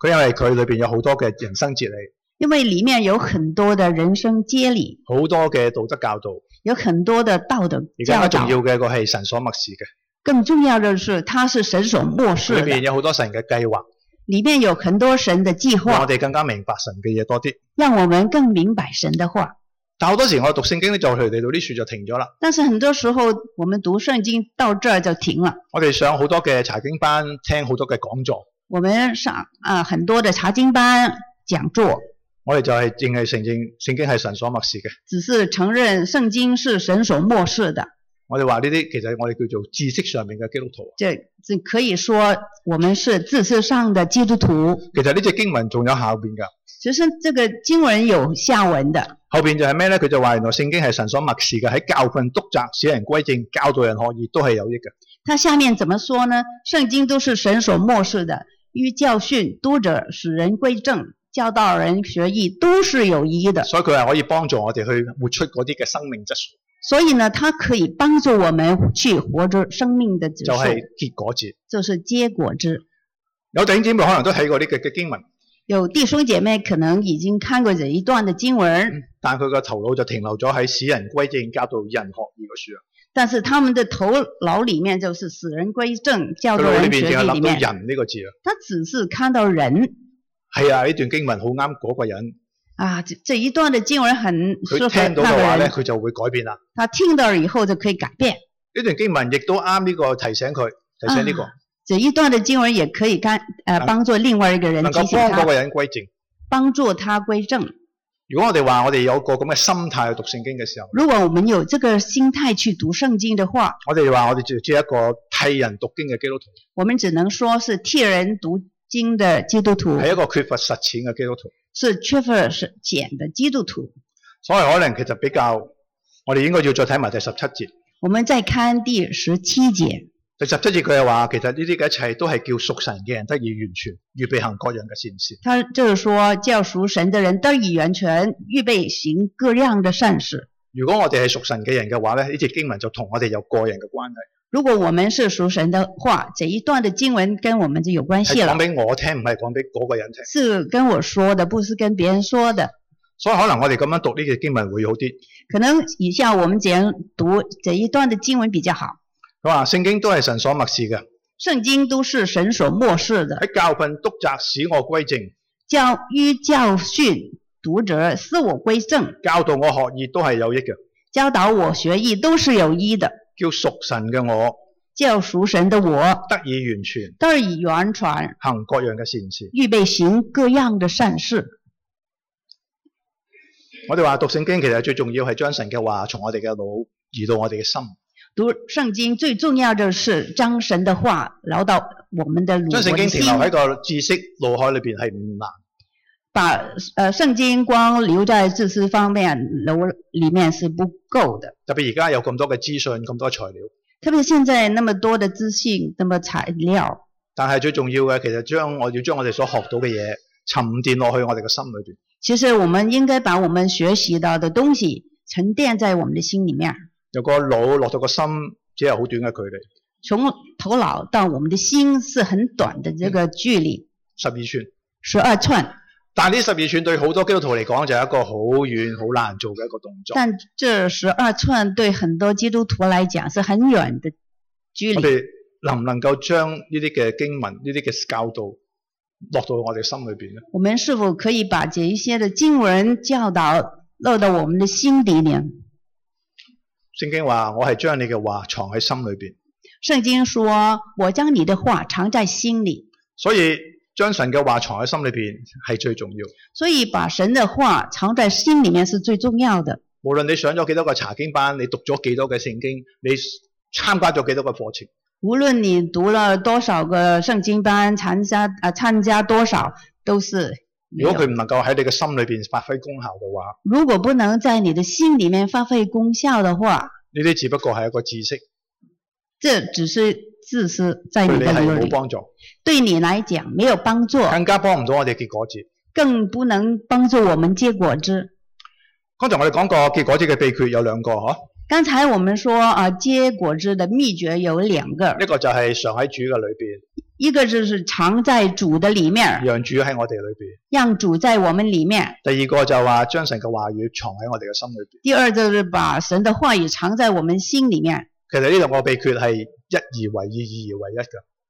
B: 佢因為佢裏邊有好多嘅人生哲理，
C: 因為里面有很多的人生哲理，
B: 好多嘅道德教導，
C: 有很多的道德
B: 而更
C: 教
B: 加重要
C: 導。
B: 嘅個係神所默示嘅，
C: 更重要的是，它是神所漠视
B: 裏邊
C: 的，
B: 有好多神嘅計劃，
C: 里面有很多神的計
B: 讓我
C: 劃，
B: 哋更加明白神嘅嘢多啲。
C: 让我們更明白神的話。
B: 但好多時我讀聖經咧，就嚟到呢處就停咗啦。
C: 但是很多時候，我們讀聖經到這儿就停了。
B: 我哋上好多嘅查經班，聽好多嘅講座，
C: 我们上啊、呃很多的查經班講座，
B: 我哋就係淨係承認聖經係神所默示嘅。
C: 只是承認聖經是神所漠視的，
B: 我哋話呢啲其實我哋叫做知識上面嘅基督徒。
C: 这这可以说我們是自私上的基督徒。
B: 其實呢只經文仲有下邊㗎，
C: 其實這個經文有下文的，
B: 後邊就係咩咧？佢就話原來聖經係神所默示嘅，喺教訓、督責、使人歸正、教導人學義都係有益嘅。
C: 它下面怎麼說呢？聖經都是神所漠視的，於教訓讀者使人歸正，教導人學義，都是有益的。
B: 所以佢係可以幫助我哋去活出嗰啲嘅生命質素，
C: 所以呢，它可以幫助我們去活着生命的指
B: 就
C: 數，
B: 係、結果節。
C: 這是結果之。
B: 有弟兄姊妹可能都睇過呢嘅嘅經文，
C: 有弟兄姐妹可能已經看過這一段的經文，
B: 但佢個頭腦就停留咗喺使人歸正、教導人學義嗰處啊。
C: 但是他們的頭腦裡面就是死人歸正，教
B: 佢
C: 導
B: 腦裏
C: 人
B: 邊
C: 學
B: 淨係
C: 義裡
B: 諗
C: 面，
B: 到人呢個字啊。
C: 他只是看到人
B: 係啊，呢段經文好啱嗰個人，
C: 啊，这这一段的經文很
B: 佢
C: 適
B: 聽到
C: 合
B: 嘅
C: 那
B: 話
C: 個
B: 咧，
C: 人，
B: 佢就會改變啦。
C: 他聽到了以後就可以改變。
B: 呢段經文亦都啱呢個提醒佢，提醒呢、個、
C: 啊这一段的經文也可以干呃
B: 能
C: 幫助另外一個人
B: 能
C: 提
B: 夠
C: 醒
B: 幫嗰
C: 他，
B: 個人歸正。
C: 幫助他歸正。
B: 如果我哋話我哋有個咁嘅心態去讀聖經嘅時候，
C: 如果我們有這個心態去讀聖經的話，
B: 我哋話我哋就只係一個替人讀經嘅基督徒，
C: 我們只能說是替人讀經的基督徒，
B: 係一個缺乏實踐嘅基督徒。
C: 是缺乏實踐的基督徒。
B: 所以可能其實比較，我哋應該要再睇埋第十七節。
C: 我们再看第十七节，
B: 第十七節佢係話，其實呢啲嘅一切都係叫屬神嘅人得以完全，預備行各樣嘅善事。
C: 他就是说，叫属神的人得以完全，预备行各样的善事。
B: 如果我哋係屬神嘅人嘅話咧，呢節經文就同我哋有個人嘅關係。
C: 如果我们是属神的话，这一段的经文跟我们就有关系
B: 係講
C: 了，
B: 俾我聽，唔係講俾嗰個人聽。
C: 是跟我说的，不是跟别人说的。
B: 所以可能我哋咁樣讀呢隻經文會好啲。
C: 可能以下我们怎样读这一段的经文比较好。
B: 佢話聖經都係神所默示嘅，
C: 圣经都是神所漠视的，
B: 喺教訓督責使我歸正，
C: 教育教训读者，使我归正，
B: 教導我學義都係有益嘅，
C: 教导我学艺都是有益的。
B: 叫屬神嘅我
C: 叫属神的我
B: 得以完全，
C: 得以圆传，
B: 行各樣嘅善事。
C: 预备行各样的善事。
B: 我哋話讀聖經其實最重要係將神嘅話從我哋嘅腦移到我哋嘅心，
C: 读圣经最重要的是将神的话捞到我们的
B: 將
C: 我
B: 聖
C: 的
B: 經
C: 心
B: 停，留喺個知識腦海裏邊係唔難。
C: 把呃圣经光留在自私方面留里面是不够的。
B: 特別而家有咁多嘅資訊、咁多材料，
C: 特别现在那么多的资讯，那么材料，
B: 但係最重要嘅其實將我要將我哋所學到嘅嘢沉澱落去我哋嘅心裏邊。
C: 其实我们应该把我们学习到的东西沉淀在我们的心里面，
B: 由個腦落到個心，只係好短嘅距離，
C: 从头脑到我们的心是很短的这个距离，
B: 十二寸。
C: 十二寸。
B: 但呢十二寸對好多基督徒嚟講就係一個好遠、好難做嘅一個動作。
C: 但这十二寸对很多基督徒来讲是很远的距
B: 我
C: 离。
B: 哋能唔能夠將呢啲嘅經文、呢啲嘅教導落到我哋心裏邊咧？
C: 我们是否可以把这一些的经文教导落到我们的心底里？
B: 聖經話：我係將你嘅話藏喺心裏邊，
C: 圣经说：“我将你的话藏在心里。
B: 所以將神嘅話藏喺心裏邊係最重要。”
C: 所以，把神的话藏在心里面是最重要的。
B: 無論你上咗幾多個查經班，你讀咗幾多嘅聖經，你參加咗幾多個課程，
C: 无论你读了多少个圣经班，参加啊参加多少，都是没
B: 如
C: 有
B: 果佢唔能夠喺你嘅心裏邊發揮功效嘅話，
C: 如果不能在你的心里面发挥功效的话，
B: 呢啲只不過係一個知識，
C: 这只是自私在
B: 對
C: 你
B: 你
C: 的
B: 係
C: 里
B: 冇
C: 面，
B: 幫助。
C: 对你来讲没有帮助，
B: 更加幫唔到我哋結果子。
C: 更不能帮助我们结果子。
B: 剛才我哋講過結果子嘅秘訣有兩個，嗬，
C: 刚才我们说啊，结果子的秘诀有两个，
B: 一個就係常喺主嘅裏邊，
C: 一个就是藏在主的里面，
B: 讓主喺我哋裏邊；
C: 让主在我们里面；
B: 第二個就話將神嘅話語藏喺我哋嘅心裏邊。
C: 第二就是把神的话語藏在我们心里面。
B: 其實呢兩個秘訣係一而為二，二而為一嘅。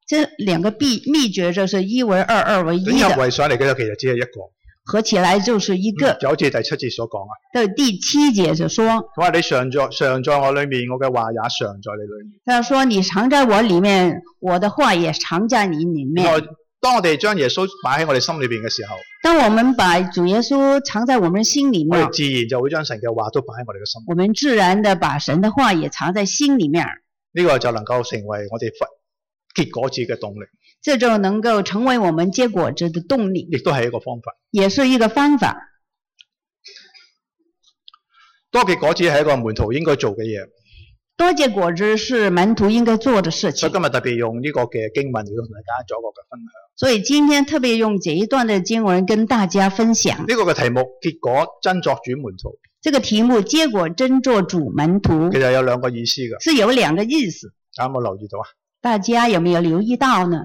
C: 这两个秘秘诀就是一为二，二为一
B: 整日
C: 的，
B: 圍上嚟嘅就其實只係一個，嗯
C: 合起来就是一个。
B: 就好似第七節所講啊，
C: 到第七节就说，
B: 佢話你常在常在我裏面，我嘅話也常在你裏面。
C: 他说你藏在我里面，我的话也藏在你里
B: 另外
C: 面。，
B: 當我哋將耶穌擺喺我哋心裏邊嘅時候，
C: 当我们把主耶穌藏在我们心里
B: 我
C: 面
B: 哋，自然就會將神嘅話都擺喺我哋嘅心裏。
C: 我们自然的把神的话也藏在心里面，
B: 呢、個就能夠成為我哋發結果子嘅動力，
C: 这就能够成为我们结果子的动力，
B: 亦都係一個方法。
C: 也是一个方法。
B: 多結果子係一個門徒應該做嘅嘢，
C: 多结果子是门徒应该做的事
B: 所
C: 情
B: 以，今日特別用呢個嘅經文嚟到同大家做一個嘅分享。
C: 所以今天特别用这一段的经文跟大家分享
B: 呢、。個嘅題目結果真作主門徒，
C: 这个题目“结果真做主门徒
B: 其實有兩個意思㗎，”
C: 是有两个意思，
B: 大家有冇留意到啊？
C: 大家有没有留意到呢？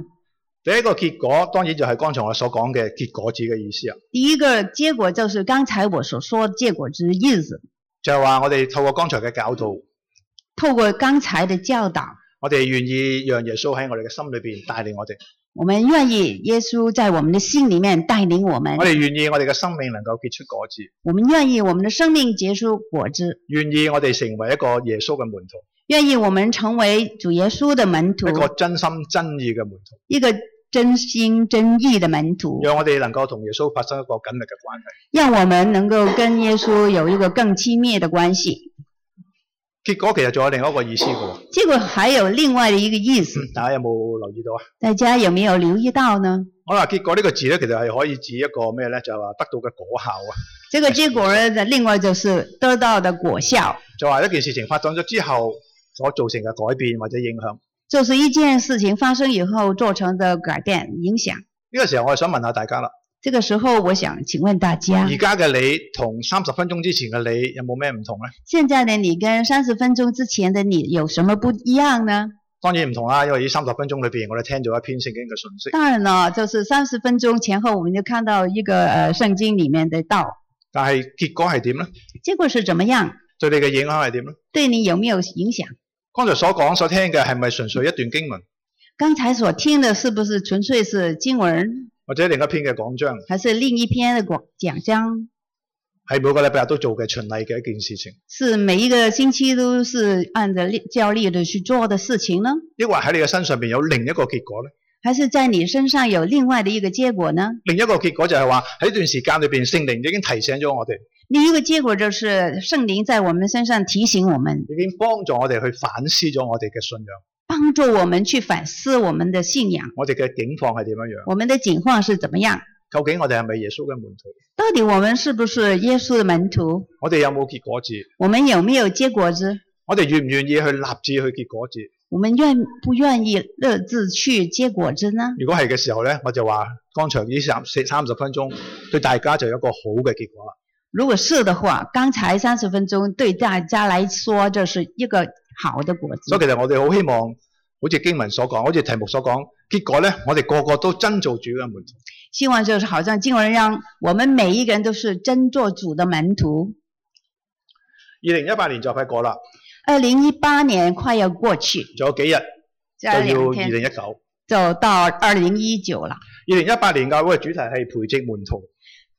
B: 第一個結果當然就係剛才我所講嘅結果子嘅意思啊，
C: 第一个结果就是刚才我所说的结果之意思。
B: 就係、話我哋透過剛才嘅教導，
C: 透过刚才的教导，
B: 我哋願意讓耶穌喺我哋嘅心裏邊帶領我哋，
C: 我们愿意耶稣在我们的心里面带領我们
B: 我，哋願意我哋嘅生命能夠結出果子，
C: 我们愿意我们的生命结出果子，
B: 願意我哋成為一個耶穌嘅門徒，
C: 愿意我们成为主耶稣的门徒
B: 一，個真心真意嘅門徒。
C: 一个真心真意的门徒，
B: 让我哋能夠同耶穌發生一個緊密嘅關係。
C: 让我们能够跟耶稣有一个更亲密的关系。
B: 結果其實仲有另一個意思嘅喎，
C: 结果还有另外的一个意思，
B: 大家有冇留意到啊？
C: 大家有没有留意到呢？
B: 我話結果呢個字咧，其實係可以指一個咩咧？就係、話得到嘅果效啊，
C: 这个结果呢，另外就是得到的果效。
B: 就話一件事情發生咗之後所造成嘅改變或者影響。
C: 这是一件事情发生以后做成的改变影响。
B: 呢、個時候我係想問下大家啦，
C: 这个时候，我想请问大家
B: 而，家嘅你同三十分鐘之前嘅你有冇咩唔同咧？
C: 现在的你跟三十分钟之前的你有什么不一样呢？
B: 當然唔同啦，因為呢三十分鐘裏邊，我哋聽咗一篇聖經嘅信息。
C: 当然了，就是三十分钟前后，我们就看到一个呃圣经里面的道，
B: 但係結果係點呢？
C: 结果是怎么样，
B: 對你嘅影響係點呢？
C: 对你有没有影响？
B: 剛才所講所聽嘅係咪純粹一段經文，
C: 刚才所听的是不是纯粹是经文，
B: 或者另一篇嘅講章？
C: 还是另一篇的广讲章？
B: 係每個禮拜日都做嘅循例嘅一件事情，
C: 是每一个星期都是按着例教例的去做的事情呢？
B: 抑或喺你嘅身上邊有另一個結果呢？
C: 还是在你身上有另外的一个结果呢？
B: 另一個結果就係話喺呢段時間裏邊，聖靈已經提醒咗我哋，
C: 另一个结果就是圣灵在我们身上提醒我们，
B: 已經幫助我哋去反思咗我哋嘅信仰，
C: 帮助我们去反思我们的信仰，
B: 我哋嘅境況係點樣樣？
C: 我们的境况是怎么样？
B: 究竟我哋係咪耶穌嘅門徒？
C: 到底我们是不是耶稣的门徒？
B: 我哋有冇結果子？
C: 我们有没有结果子？
B: 我哋願唔願意去立志去結果子？
C: 我们愿不愿意乐志去结果子呢？
B: 如果係嘅時候咧，我就話剛才呢三四三十分鐘對大家就有一個好嘅結果啦。
C: 如果是的话，刚才三十分钟对大家来说，这是一个好的果
B: 所以
C: 子。
B: 其實我哋好希望，好似經文所講，好似題目所講，結果咧，我哋個個都真做主嘅門徒。
C: 希望就是好像经文让我们每一个人都是真做主的门徒。
B: 二零一八年就快過啦，
C: 二零一八年快要过去，
B: 仲有幾日
C: 就
B: 就要
C: 两
B: 二
C: 天
B: 零一九。
C: 就到二零一九了。
B: 二零一八年教會嘅主題係培植門徒。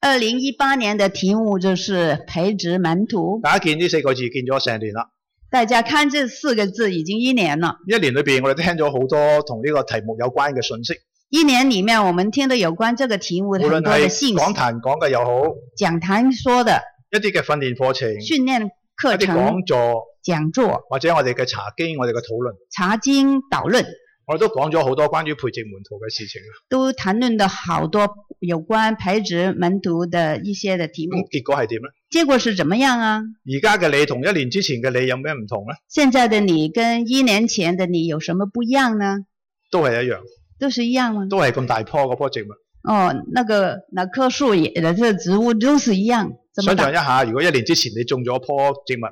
C: 二零一八年的题目就是培植门徒。
B: 大家見呢四個字見咗成年啦，
C: 大家看这四个字已经一年了，
B: 一年裏邊我哋都聽咗好多同呢個題目有關嘅信息，
C: 一年里面我们听到有关这个题目
B: 無
C: 的很
B: 論
C: 多
B: 係
C: 的信息
B: 講壇講嘅又好，
C: 讲坛说的
B: 一啲嘅訓練課程、一
C: 训练课
B: 啲
C: 程、
B: 講座
C: 讲座、
B: 或者我哋嘅茶經、我哋嘅討論。
C: 查经导论，
B: 我哋都講咗好多關於培植門徒嘅事情啦，
C: 都谈论的好多有关培植门徒的一些的题
B: 咁
C: 目。
B: 結果係點咧？
C: 结果是怎么样啊？
B: 而家嘅你同一年之前嘅你有咩唔同咧？
C: 现在的你跟一年前的你有什么不一样呢？
B: 都係一樣，
C: 都是一样吗？
B: 都係咁大棵嘅棵植物。
C: 哦，那个那棵树也，呃这植物都是一样，这么
B: 想象
C: 大。
B: 一下，如果一年之前你种咗棵植物，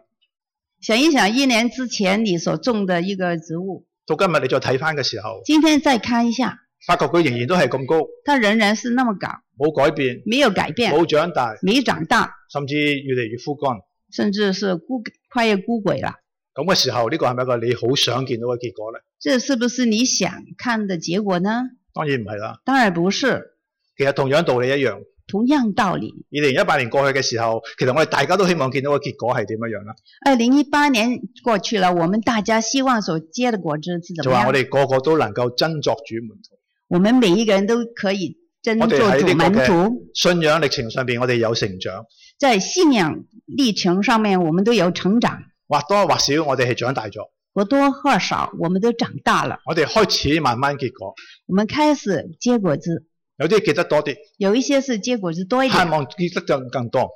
C: 想一想，一年之前你所种的一个植物，
B: 到今日你再睇翻嘅時候，
C: 今天再看一下，
B: 發覺佢仍然都係咁高，
C: 它仍然是那么高，
B: 冇改變，
C: 没有改变，
B: 冇長大，
C: 没长大，
B: 甚至越嚟越枯乾。
C: 甚至是孤快要枯萎了。
B: 咁嘅時候，呢個係咪一個你好想見到嘅結果咧？
C: 这是不是你想看的结果呢？
B: 當然唔係啦。
C: 当然不是，
B: 其實同樣道理一樣。
C: 同樣道理。
B: 二零一八年過去嘅時候，其實我哋大家都希望見到嘅結果係點樣樣啦？
C: 二零一八年过去了，我们大家希望所结的果子是怎
B: 就
C: 么
B: 話我
C: 样？
B: 哋個個都能夠真作主門徒。
C: 我们每一个人都可以真
B: 我哋
C: 做
B: 喺
C: 主
B: 呢個
C: 门
B: 嘅
C: 徒，
B: 信仰歷程上邊，我哋有成長，
C: 在信仰历程上面，我们都有成长，
B: 或多或少我哋係長大咗，
C: 或多或少我们都长大了，
B: 我哋開始慢慢結果，
C: 我们开始结果子，
B: 有啲結得多啲，
C: 有一些是结果子多一
B: 盼
C: 点，
B: 望結得更更多。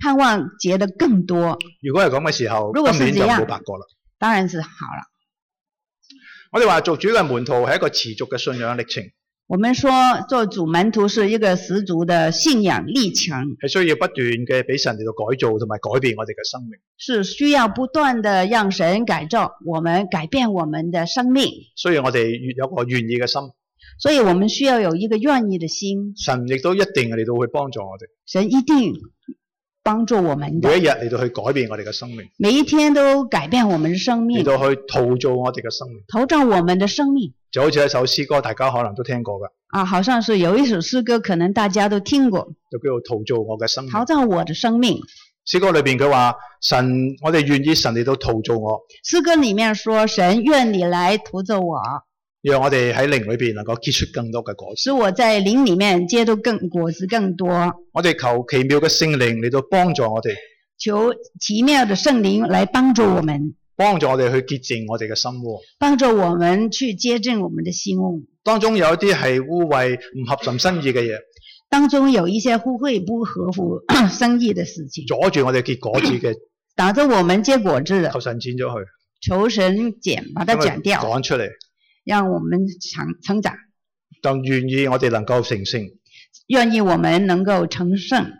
C: 盼望结的更多，
B: 如果係咁嘅時候，
C: 如果是
B: 今年就
C: 這樣
B: 冇白過啦。
C: 当然是好了。
B: 我哋話做主嘅門徒係一個持續嘅信仰歷程，
C: 我们说做主门徒是一个十足的信仰历程，
B: 係需要不斷嘅俾神嚟到改造同埋改變我哋嘅生命，
C: 是需要不断的让神改造我们，改变我们的生命，
B: 所以我哋越有個願意嘅心，
C: 所以我们需要有一个愿意的心，
B: 神亦都一定嚟到去幫助我哋，
C: 神一定帮助我们的，
B: 每一日嚟到去改變我哋嘅生命，
C: 每一天都改变我们的生
B: 嚟
C: 命，
B: 到去陶造我哋嘅生命，
C: 投照我们的生命
B: 就好似一首詩歌，大家可能都聽過嘅，
C: 啊，好像是有一首诗歌，可能大家都听过，
B: 就叫做陶造我嘅生命。
C: 陶造我的生命。
B: 詩歌裏邊佢話：神，我哋願意神嚟到陶造我，
C: 诗歌里面说：“神愿你来投着我，
B: 讓我哋喺靈裏邊能夠結出更多嘅果子。
C: 使我在灵里面结出更果子更多。
B: 我哋求奇妙嘅聖靈嚟到幫助我哋，
C: 求奇妙的圣灵来帮助我们，
B: 幫助我哋去潔淨我哋嘅心窩。
C: 帮助我们去接近我们的心物。
B: 當中有一啲係污穢、唔合神心意嘅嘢，
C: 当中有一些互惠不合乎 生意的事情，
B: 阻住我哋結果子 嘅，
C: 挡着我们结果子的
B: 求，神剪咗佢，
C: 求神剪把它
B: 將佢
C: 剪掉，
B: 趕出嚟。
C: 让我们成成长。
B: 但願意我哋能夠成聖，
C: 愿意我们能够成圣。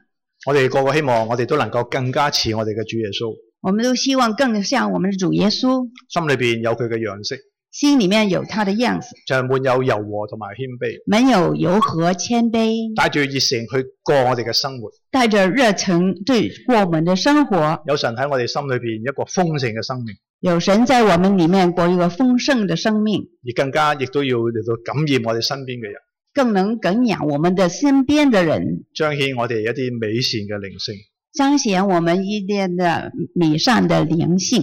B: 我哋個個希望我哋都能夠更加似我哋嘅主耶穌，
C: 我们都希望更像我们的主耶稣，
B: 心裏邊有佢嘅樣式，
C: 心里面有他的样子，
B: 就係滿有柔和同埋謙卑，
C: 没有柔和谦卑，
B: 帶住熱誠去過我哋嘅生活。
C: 带着热忱对过我们的生活。
B: 有神喺我哋心裏邊一個豐盛嘅生命，
C: 有神在我们里面过一个丰盛的生命，
B: 而更加亦都要嚟到感染我哋身邊嘅人，
C: 更能感染我们的身边的人，
B: 彰顯我哋一啲美善嘅靈性。
C: 彰显我们一点的美善的灵性。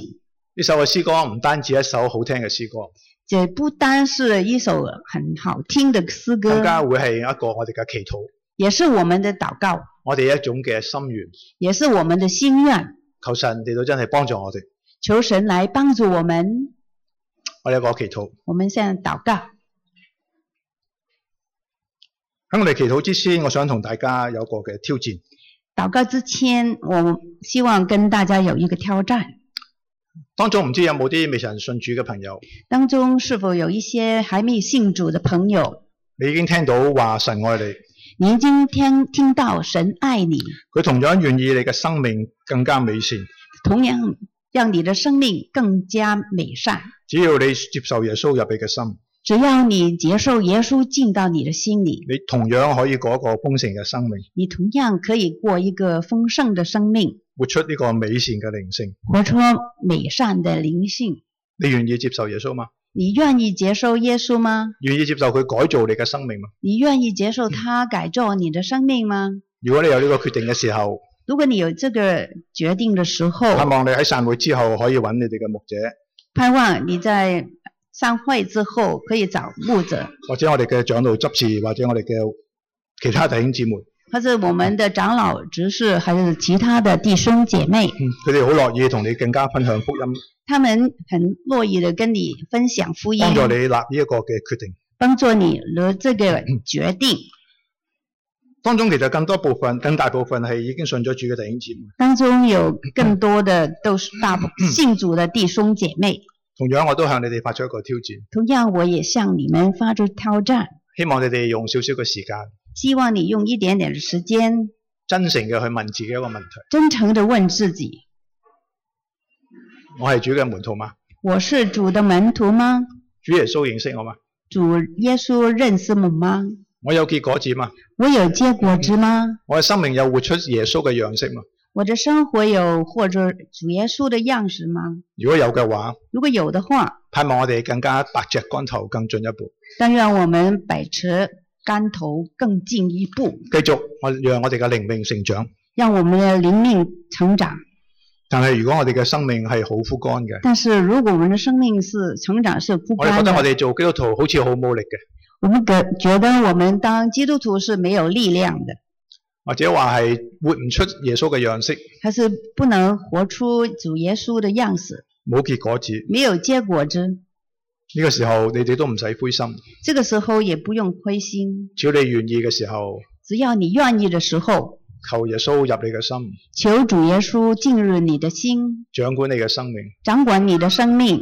B: 呢首嘅詩歌唔單止一首好聽嘅詩歌，
C: 这不单是一首很好听的诗
B: 更加
C: 歌，
B: 會係一個我哋嘅祈禱，
C: 也是我们的祷告，
B: 我哋一種嘅心願。
C: 也是我们的心愿。
B: 求神嚟到真係幫助我哋，
C: 求神来帮助我们。
B: 我哋有個祈禱。
C: 我们现在祷告。
B: 喺我哋祈禱之先，我想同大家有個嘅挑戰。
C: 祷告之前，我希望跟大家有一个挑战，
B: 當中唔知有冇啲未曾信主嘅朋友，
C: 当中是否有一些还没有信主的朋友，
B: 你已經聽到話神愛你，
C: 你已经听听到神爱你，
B: 佢同樣願意你嘅生命更加美善。
C: 同样让你的生命更加美善。
B: 只要你接受耶穌入你嘅心，
C: 只要你接受耶稣进到你的心里，
B: 你同樣可以過一個豐盛嘅生命，
C: 你同样可以过一个丰盛的生命，
B: 活出呢個美善嘅靈性。
C: 活出美善的灵性。
B: 你願意接受耶穌嗎？
C: 你愿意接受耶稣吗？
B: 願意接受佢改造你嘅生命嗎？
C: 你愿意接受他改造你的生命吗？
B: 如果你有呢個決定嘅時候，
C: 如果你有这个决定的时候，
B: 盼望你喺散會之後可以揾你哋嘅牧者，
C: 盼望你在散会之后可以找牧者，
B: 或者我哋嘅長老執事，或者我哋嘅其他弟兄姊妹，
C: 或者我们的长老、执事，还是其他的弟兄姐妹，
B: 嗯佢哋好樂意同你更加分享福音，
C: 他们很乐意的跟你分享福音，
B: 幫助你立呢一個嘅決定。
C: 帮助你了这个决定。
B: 當中其實更多部分、更大部分係已經信咗主嘅弟兄姊妹。
C: 当中有更多的都是大部信主的弟兄姐妹。
B: 同樣我都向你哋發出一個挑戰，
C: 同样，我也向你们发出挑战，
B: 希望你哋用少少嘅時間，
C: 希望你用一点点的时间，
B: 真誠嘅去問自己一個問題：
C: 真诚的问自己：
B: 我係主嘅門徒嗎？
C: 我是主的门徒吗？
B: 主耶穌認識我嗎？
C: 主耶稣认识我吗？
B: 我有結果子嗎？
C: 我有结果子吗？
B: 我嘅生命有活出耶穌嘅樣式嗎？
C: 我的生活有或者主耶稣的样式吗？
B: 如果有嘅話，
C: 如果有的话，
B: 盼望我哋更加百隻竿頭更進一步，
C: 但愿我们百尺竿头更进一步，
B: 繼續我讓我哋嘅靈命成長。
C: 让我们的灵命成长。
B: 但係如果我哋嘅生命係好枯乾嘅，
C: 但是如果我们的生命是成长是枯
B: 我哋
C: 干
B: 覺
C: 的，
B: 得
C: 我
B: 我哋做基督徒好似好冇力嘅，
C: 们觉觉得我们当基督徒是没有力量的，
B: 或者話係活唔出耶穌嘅樣式，
C: 还是不能活出主耶稣的样式，
B: 冇結果子。
C: 没有结果子。
B: 呢個時候你哋都唔使灰心，
C: 这个时候也不用灰心，
B: 只要你願意嘅時候，
C: 只要你愿意的时候，
B: 求耶穌入你嘅心，
C: 求主耶稣进入你的心，
B: 掌管你嘅生命，
C: 掌管你的生命，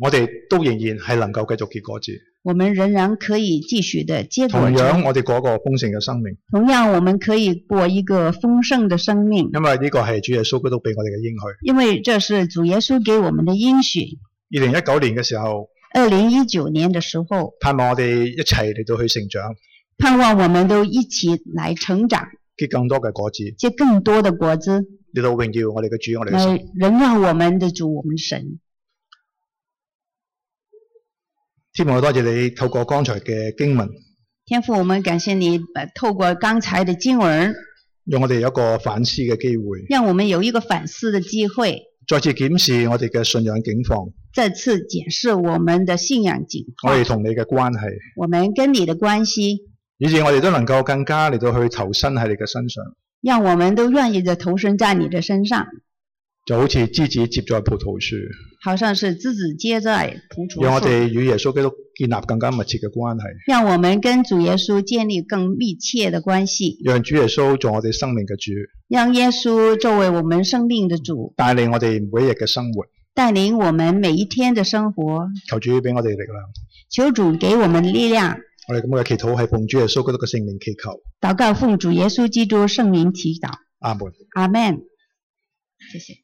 B: 我哋都仍然係能夠繼續結果子。
C: 我们仍然可以继续的结
B: 同
C: 果子。
B: 樣我哋嗰個豐盛嘅生命，
C: 同样，我们可以过一个丰盛的生命，
B: 因為呢個係主耶穌基督俾我哋嘅應許。
C: 因为这是主耶稣给我们的应许。
B: 二零一九年嘅時候，
C: 二零一九年的时候，
B: 盼望我哋一齊嚟到去成長，
C: 盼望我们都一起来成长，
B: 結更多嘅果子，
C: 结更多的果子，
B: 嚟到榮耀我哋嘅主，我哋嘅神。
C: 来荣耀我们的主，我们神。
B: 天父，我多謝你透過剛才嘅經文，
C: 天父，我们感谢你，呃，透过刚才的经文，
B: 讓我哋有一個反思嘅機會，
C: 让我们有一个反思的机会，
B: 再次檢視我哋嘅信仰境況，
C: 再次检视我们的信仰景
B: 我
C: 况
B: 哋，同你嘅關係。
C: 我们跟你的关系，
B: 以至我哋都能夠更加嚟到去投身喺你嘅身上，
C: 让我们都愿意的投身在你的身上，
B: 就好似枝子接在葡萄樹，
C: 好像是枝子接在葡萄
B: 讓我
C: 树，
B: 哋與耶穌基督建立更加密切嘅關係，
C: 让我们跟主耶稣建立更密切的关系，
B: 讓主耶穌做我哋生命嘅主，
C: 让耶稣作为我们生命的主，
B: 帶領我哋每一日嘅生活。
C: 带领我们每一天的生活。
B: 求主俾我哋力量。
C: 求主给我们力量。
B: 我哋咁嘅祈禱係奉主耶穌基督嘅聖名祈求。
C: 祷告奉主耶稣基督圣名祈祷，
B: 阿門。
C: 阿门。谢谢。